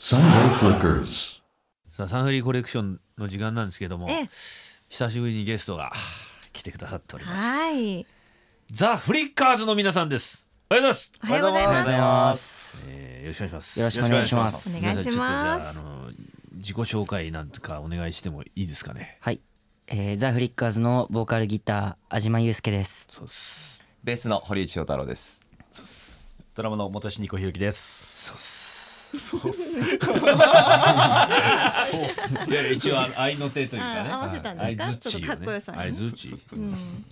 Sunday Flickers. さあサンフリーコレクションの時間なんですけどもええ久しぶりにゲストが来てくださっておりますはい。ザ・フリッカーズの皆さんですおはようございおはようございおはよまうごす。まざいます。す、えーよろしくお願いしますよろしくお願いします。お願いします皆さんちょっとじゃああの自己紹介なんとかお願いしてもいいですかねはい。えー、ザ・フリッカーズのボーカルギター、安島祐介です。そうですベースの堀内翔太郎です。ドラムの本石二子ひろきです。いやいや一応 あの合いの手というかねあ合わせたんですかはい相槌ちょっとかっこよさに相槌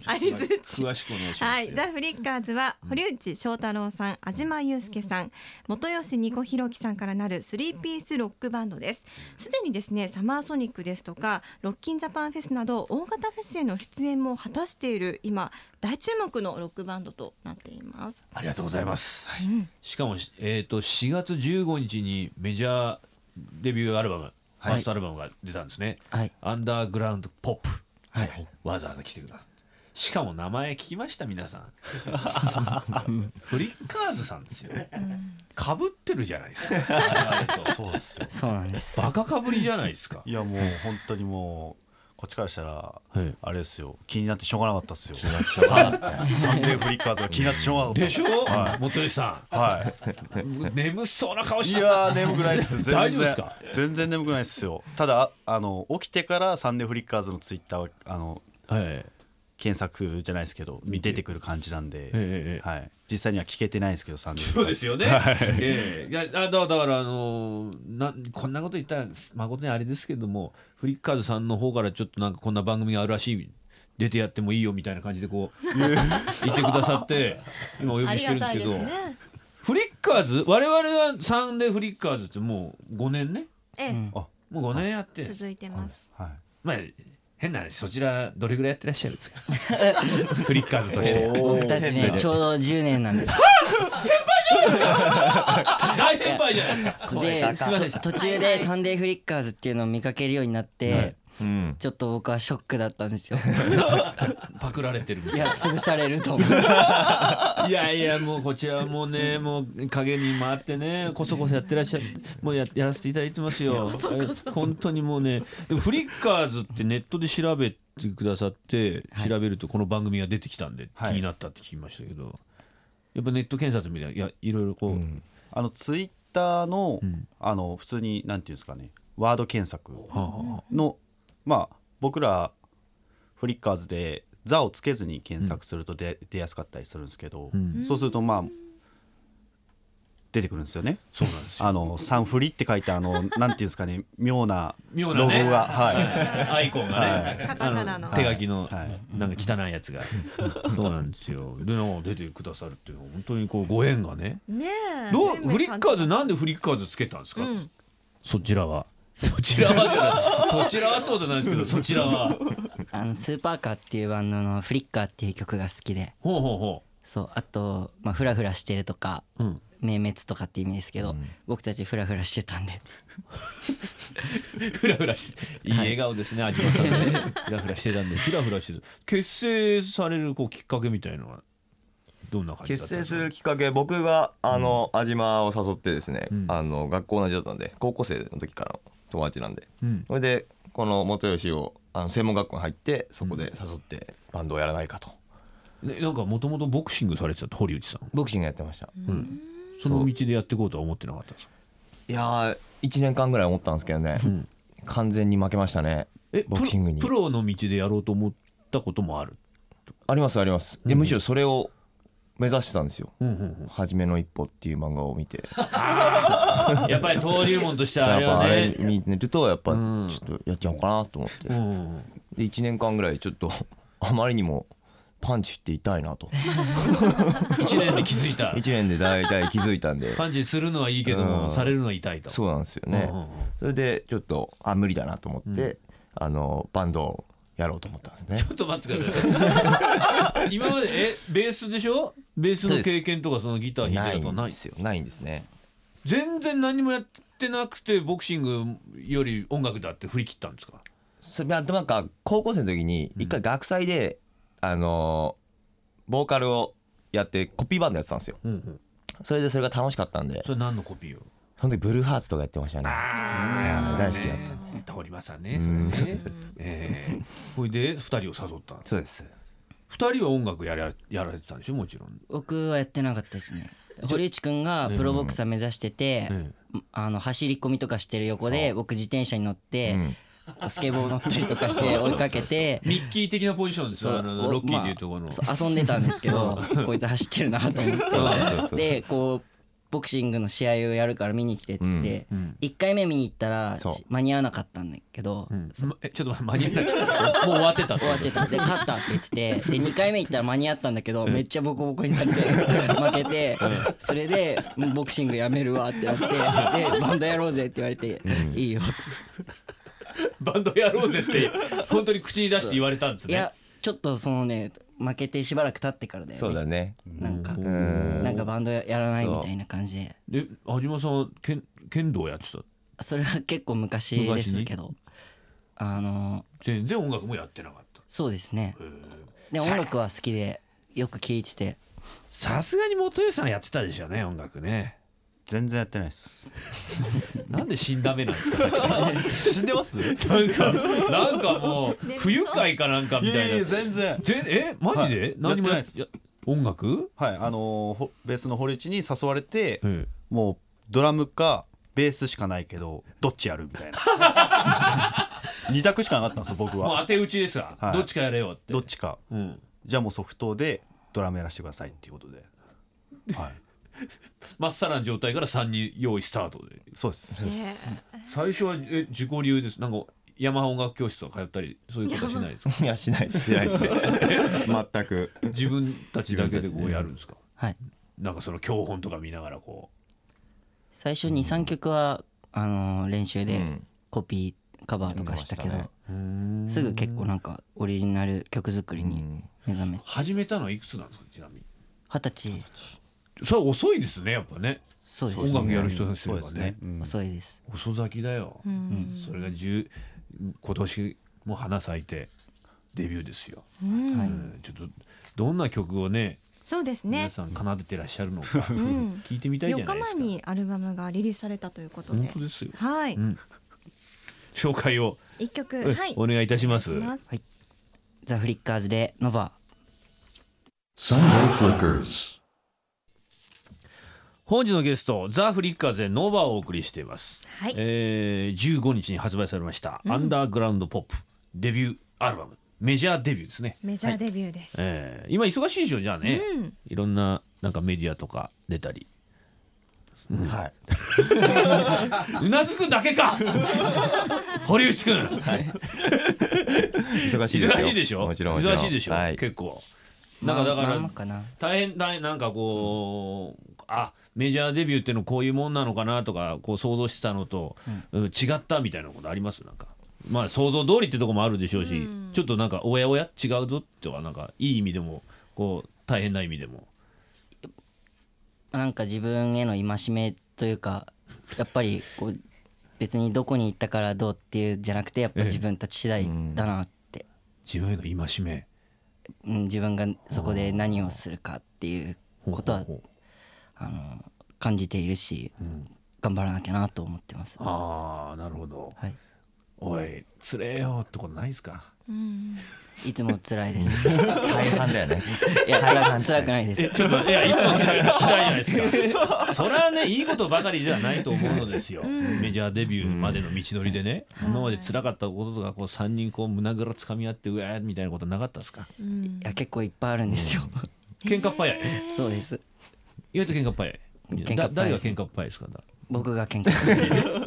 相槌。詳しくお願いしますよはい、ザ・フリッカーズは堀内翔太郎さん、安島祐介さん、元吉二子ひろきさんからなる3ピースロックバンドです。すでにですね、サマーソニックですとか、ロッキンジャパンフェスなど大型フェスへの出演も果たしている今大注目のロックバンドとなっています。ありがとうございます。しかもし、えー、と4月15日にメジャーデビューアルバム、ファーストアルバムが出たんですね。はいアンダーグラウンドポップ。わざわざ来てください。しかも名前聞きました皆 さんフリッカーズさんですよねかぶってるじゃない ですかそうっすよ。そうなんです。バカかぶりじゃないですかいやもう本当にもうこっちからしたらはいあれですよ。気になってしょうがなかったっすよ。サンサンデーフリッカーズが気になってしょうがなかったでっしす。ょ、元吉さはん眠そうな顔い。しいてやー眠くないっ す。大全丈夫です然か全然眠くないっすよ。ただあの起きてからサンデーフリッカーズのツイッターはあのはいえ検索じゃないですけどて出てくる感じなんで、えはい。実際には聞けてないですけどサンデーフリッカーズ。そうですよね。ええいやあだだからあのーなこんなこと言ったら誠にあれですけどもフリッカーズさんの方からちょっとなんかこんな番組があるらしい出てやってもいいよみたいな感じでこ う言ってくださって今お呼びあしりてるがんですたいけどですね。フリッカーズ我々はサンデーフリッカーズってもう5年ねええ、もう5年やって続いてます。はい。 まあ変な話そちらどれぐらいやってらっしゃるんですかフリッカーズとして僕た ちね、ちょうど10年なんです。大先輩じゃない ですかで、すいませんでしたと途中でサンデーフリッカーズっていうのを見かけるようになって、うん。ちょっと僕はショックだった んですよ。パクられてるみたいないや、潰されると 思う。いやいやもうこちらもねもう陰に回ってねこそこそやってらっしゃるもうややらせていただいてますよ本当にもうねフリッカーズってネットで調べてくださって調べるとこの番組が出てきたんで気はいになったって聞きましたけど、やっぱネット検察みたいないやいろいろこう、あのツイッターの、あの普通になんていうんですかねワード検索の、まあ僕らフリッカーズで「座」をつけずに検索すると出,、出やすかったりするんですけど、そうするとまあ出てくるんですよね。そうなんですよあのサンフリって書いて あのなんていうんですかね妙な妙ロゴなが、ね はいアイコンがね、カタカナのあ手書きのはなんか汚いやつが、そうなんですよでなんか出てくださるっていうのは本当にこうご縁がねねえ。どう全部フリッカーズなん感でフリッカーズつけたんですか、んそちらはそちらはってないそちらはってことないですけどそちらはほうあの、スーパーカーっていうバンドのフリッカーっていう曲が好きで、ほうほそう、あと、まあ、フラフラしてるとか、う、うん、明滅とかって意味ですけど、僕たちフラフラしてたんで。フラフラしていい笑顔ですね味わさんねフラフラしてたんでフラフラしてた結成されるこうきっかけみたいのはどんな感じだった結んです成すかるきっかけ、僕があの安島を誘ってですね、あの学校同じだったんで、高校生の時からの友達なんで。うんそれでこの元吉をあの専門学校に入ってそこで誘ってバンドをやらないかと。ねなんかもともとボクシングされてたって堀内さんボクシングやってました。その道でやっていこうとは思ってなかったんですかいやー、一年間ぐらい思ったんですけどね。完全に負けましたねえ。ボクシングにプ。ロプロの道でやろうと思ったことも あるありますあります。いやむしろそれを目指してたんですよ。うんうんうんはじめの一歩っていう漫画を見て。やっぱり登竜門としてやあっれぱはあれね見てるとやっぱちうょんっとやっちゃおうかなと思って、うでん1年間ぐらいちょっと あまりにもパンチって痛いなと1年で気づいた1年で大体気づいたんでパンチするのはいいけども、うんされるのは痛いとそうなんですよね、うんうんうんそれでちょっとあ無理だなと思って、あのバンドをやろうと思ったんですねちょっと待ってください 今までえベースでしょベースの経験とかそのギター弾ないていとかんないですよないんですね全然何もやってなくてボクシングより音楽だって振り切ったんですかそれあとなんか高校生の時に一回学祭で、あのボーカルをやってコピーバンドやってたんですようんうんそれでそれが楽しかったんでそれ何のコピーをその時ブルーハーツとかやってましたねはい大好きだったた通りまさんねそれねええほいで二人を誘ったのそうです二人は音楽やらやられてたんでしょもちろん、僕はやってなかったですね堀内くんがプロボクサー目指してて、えあの走り込みとかしてる横で僕自転車に乗って、スケボー乗ったり とかして追いかけてえミッキー的なポジションですよあのおロッキーでいうところの、まあそう遊んでたんですけどこいつ走ってるなと思ってでこうボクシングの試合をやるから見に来てっつって、一1回目見に行ったらそう間に合わなかったんだけど、うんまえちょっと間に合わないもう終わってたって終わってた で勝ったって言っててで2回目行ったら間に合ったんだけどめっちゃボコボコにされて負けてそれでもうボクシングやめるわってなってでバンドやろうぜって言われていいよバンドやろうぜ って本当に口に出して言われたんですいねやちょっとそのね負けてしばらく経ってからだよねそうだねなんかなんかバンドやらないみたいな感じでで安島さんは剣剣道やってたそれは結構昔ですけどあの全然音楽もやってなかったそうですねで音楽は好きでよく聴いててさすがに元吉さんやってたでしょうね音楽ね全然やってないですなんで死んだ目なんですか さっ死んで ますいきなんかなんかもう不愉快かなんかみたやいいやな全然全えマジで、はい何もやってないですや音楽はいあのーほベースの堀内に誘われて、ええもうドラムかベースしかないけどどっちやるみたいな 二択しかなかったんですよ僕もうは当て打ちですわ、はいどっちかやれよってどっちかうん、じゃあもうソフトでドラムやらせてくださいっていうことではいまっさらな状態から3人用意スタートでそうです最初はえ自己流ですなんか山音楽教室とか通ったりそういうことはしないですかやしないし ないですね全く自分たちだけでこうやるんですかはいなんかその教本とか見ながらこ最初23曲はあの練習でコピーカバーとかしたけどすぐ結構なんかオリジナル曲作りに目覚めう始めたのはいくつなんですかちなみに二十歳それは遅いですねやっぱねそうです音楽やる人にすそうれでばすねね、遅いです遅咲きだよ、それが10今年も花咲いてデビューですよ、うんちょっとどんな曲をねそうです皆ね。さん奏でてらっしゃるのか、ん聞いてみたいじ4ゃな日いですか前にアルバムがリリースされたということで本当ですよはい、紹介を、一曲えはいお願いいたしますしますザ・フリッカーズでノバ Sunday Flickers. 本日のゲストザ・フリッカーズでノーバーをお送りしています、はいえー15日に発売されました、アンダーグラウンドポップデビューアルバムメジャーデビューですねメジャーデビューです。えー今忙しいでしょじゃあね、いろんななんかメディアとか出たりはいう なずくだけか堀内くん、忙しいですよ忙しいでしょもちろんもちろん忙しいでしょ、はい結構なんかだかまら、あまあかな大変大変なんかこうあメジャーデビューってのこういうもんなのかなとかこう想像してたのと、うん違ったみたいなことありますなんかまあ想像通りってとこもあるでしょうし、ちょっとなんかおやおや違うぞとかなんかいい意味でもこう大変な意味でもなんか自分への戒めというかやっぱりこう別にどこに行ったからどうっていうじゃなくてやっぱ自分たち次第だなって、自分への戒めうん、自分がそこで何をするかっていうことはほうほうほうあの感じているし、頑張らなきゃなと思ってます。ああなるほど、はいおいつれえよってことないですかいつも辛いです。大半だよねいや辛く辛くないです。ちょっといやいつもつらい聞きたいじゃないですか それはねいいことばかりではないと思うのですよ、メジャーデビューまでの道のりでね、今まで辛かったこととかこう3人こう胸ぐらつかみ合ってうわーみたいなことなかったですかいや結構いっぱいあるんですよ。喧嘩っ早い そうです。意外と喧嘩っ早い喧嘩っ早いだ誰が喧嘩っ早いですか僕が喧嘩。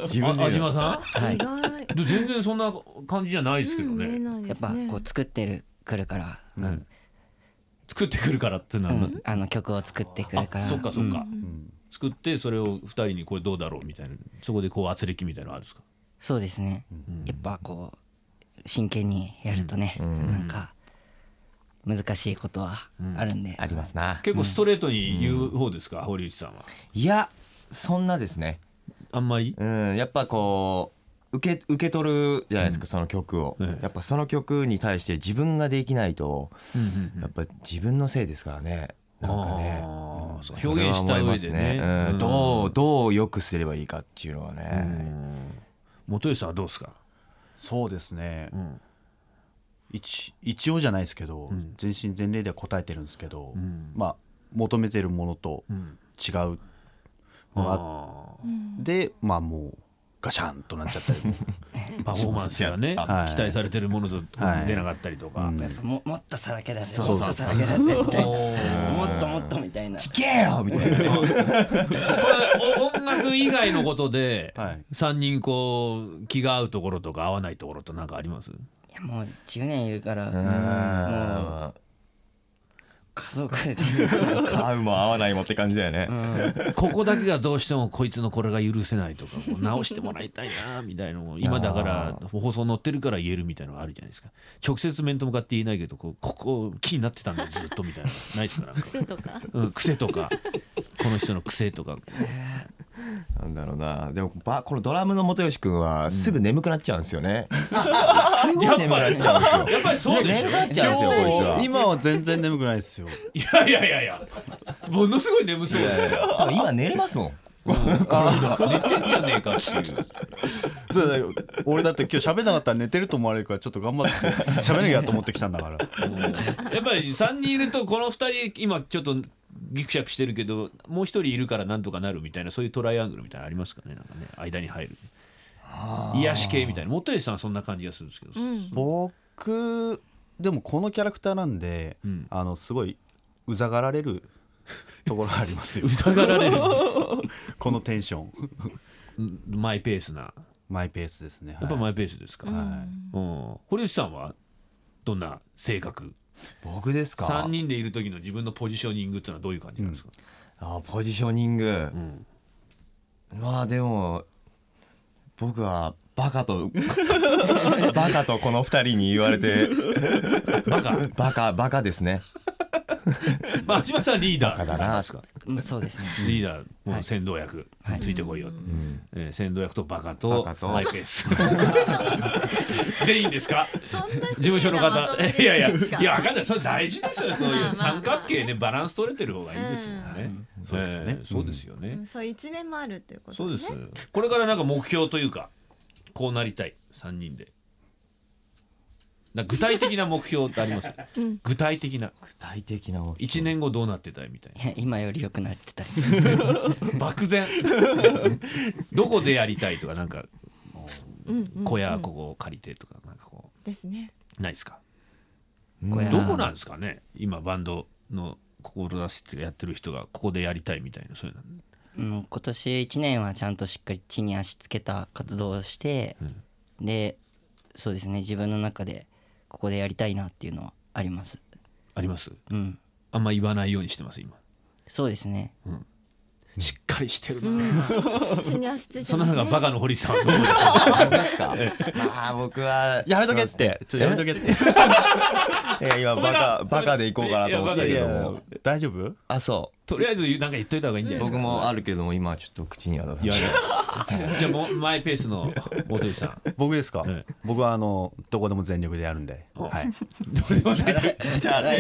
自分で安言うの島さはい意。外んで全然そんな感じじゃないですけど見ね、えないやでっすぱね。こう作ってるくるから、うん作ってくるからっていうのは、うんあの曲を作ってくるから。あそっかそっうんか、作ってそれを2人にこれどうだろうみたいなそこでこう圧力みたいなのあるんですかそうですね。やっぱこう真剣にやるとね、なんか難しいことはあるんで。ありますな結構ストレートに言う方ですか、堀内さんはいやそんなですねあんまりうんやっぱこう受け受け取るじゃないですか、その曲を、ええやっぱその曲に対して自分ができないと、やっぱ自分のせいですからねなんかねああそう表現した上でねそれは思いますねうんうんどうどうよくすればいいかっていうのはね、元吉さんはどうですか、そうですね、ん一一応じゃないですけど、全身全霊では答えてるんですけど、まあ求めてるものと違うのがあっあでまあもうガシャンとなっちゃっ たりもーパフォーマンスがね、はい期待されてるものとはい出なかったりとか、ももっとさらけ出せそもっうそうとそさうらけ出せみたいなおーもっともっとみたいな聞けよみたいなこれお音楽以外のことで、はい三人こう気が合うところとか合わないところとなんかありますいやもう10年いるからもう家族 で 合うも合わないもって感じだよね、ここだけがどうしてもこいつのこれが許せないとかもう直してもらいたいなみたいなのも今だから放送載ってるから言えるみたいなのがあるじゃないですか直接面と向かって言えないけどこうここ気になってたんだよずっとみたいなないっすかなんか、癖と かうん、癖とかこの人の癖とかなんだろうなでもばこのドラムの本吉君はすぐ眠くなっちゃうんです よね、すごい眠くなっちゃうんですやよっぱりそうでしょ眠くなっちゃうんですよこいつは今は全然眠くないですよいやいやいやいやものすごい眠そうだよ多分今寝れますもん寝てんじゃねえかっていうそうだよ俺だって今日喋んなかったら寝てると思われるからちょっと頑張って喋んなきゃと思ってきたんだからやっぱり3人いるとこの2人今ちょっとギクシャクしてるけどもう1人いるからなんとかなるみたいなそういうトライアングルみたいなのありますかねなんかね間に入る癒し系みたいな元吉さんはそんな感じがするんですけど、僕でもこのキャラクターなんで、んあのすごいうざがられるところあります よ疑られるこのテンションマイペースなマイペースですね、はいやっぱマイペースですか、はうん、堀内さんはどんな性格僕ですか3人でいる時の自分のポジショニングっていうのはどういう感じなんですか、あポジショニング、まあでも僕はバ カとバカとこの二人に言われてバカバカバカですねまあ、島さんはリーダーバカだなですかうんそうですねリーダーもう先導役、ついてこいよ、えー先導役とバカとバカとマイペース でいいんですかそんな事務所の方いやいやいやわかんないそれ大事ですよそうまあいまうあ三角形ねバランス取れてる方がいいですよね、そうですね、そうですよね、そういう一面もあるっていうことそうですこれからなんか目標というかこうなりたい三人でな具体的な目標ってあります、具体的な具体的な一年後どうなってたいみたいないや今より良くなってた り漠然どこでやりたいとかなんか小屋ここを借りてとかなんかこですねうないですかこうやどこなんですかね今バンドの志っていうかやってる人がここでやりたいみたいなそういうのうん今年1年はちゃんとしっかり地に足つけた活動をして、でそうですね自分の中でここでやりたいなっていうのはありますありますうんあんま言わないようにしてます今そうですねしっかりしてるな、地に足ついて そまのす中ねバカの堀さんはどうです かですかまあ僕はやめとけってちょっとやめとけってけいや今バカバカでいこうかなと思ってるいけやども大丈夫あそとりあえずなんか言っといた方がいいんじゃうないです僕かもあるけれども今はちょっと口には出さいやないいやじゃあもうマイペースの元吉さん僕ですか、ええ僕はあのどこでも全力でやるんで、はい、じゃあね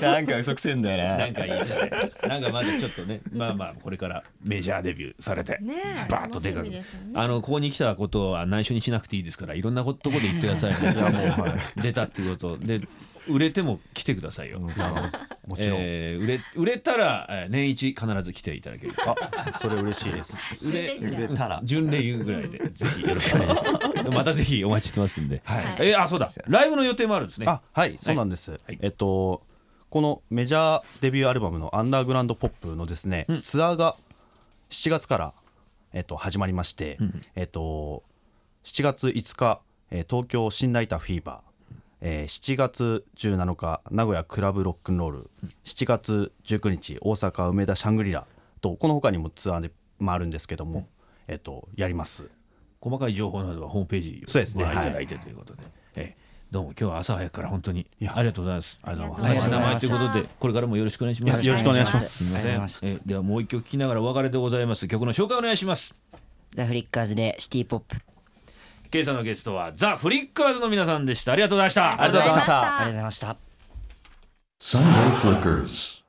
なんか嘘くせえんだよなねんかいいですね。なんかまだちょっとね、まあまあこれからメジャーデビューされて、ねえバーッとでか楽しみく、ですねあのここに来たことは内緒にしなくていいですから、いろんなことこで言ってくだ さい、ね。出たっていうことで売れても来てくださいよ。もちろん、 えー売れ売れたらえー年一必ず来ていただける。あそれ嬉しいです売れでたら巡礼ぐらいでぜひよろしくお願いします。 またぜひお待ちしてますんで。えーあそうだ。ライブの予定もあるんですね。あはいそうなんです、いえっとこのメジャーデビューアルバムの「アンダーグラウンドポップ」のですね、ツアーが7月から、えっと、始まりまして、えっと、7月5日、えー東京新ナイターフィーバー、えー7月17日名古屋クラブロックンロール、7月19日大阪梅田シャングリラとこの他にもツアーで回るんですけども、えっと、やります細かい情報などはホームページそうでをすごね覧いただいてということで、ええどうも今日は朝早くから本当にありがとうございます。ありがとうございます名前ということでこれからもよろしくお願いします。よろしくお願いしますねええではもう一曲聴きながらお別れでございます。曲の紹介お願いします。ザ・フリッカーズでシティ・ポップ K さんのゲストはザ・フリッカーズの皆さんでした。ありがとうございました。ありがとうございましたありがとうございました Sunday Flickers.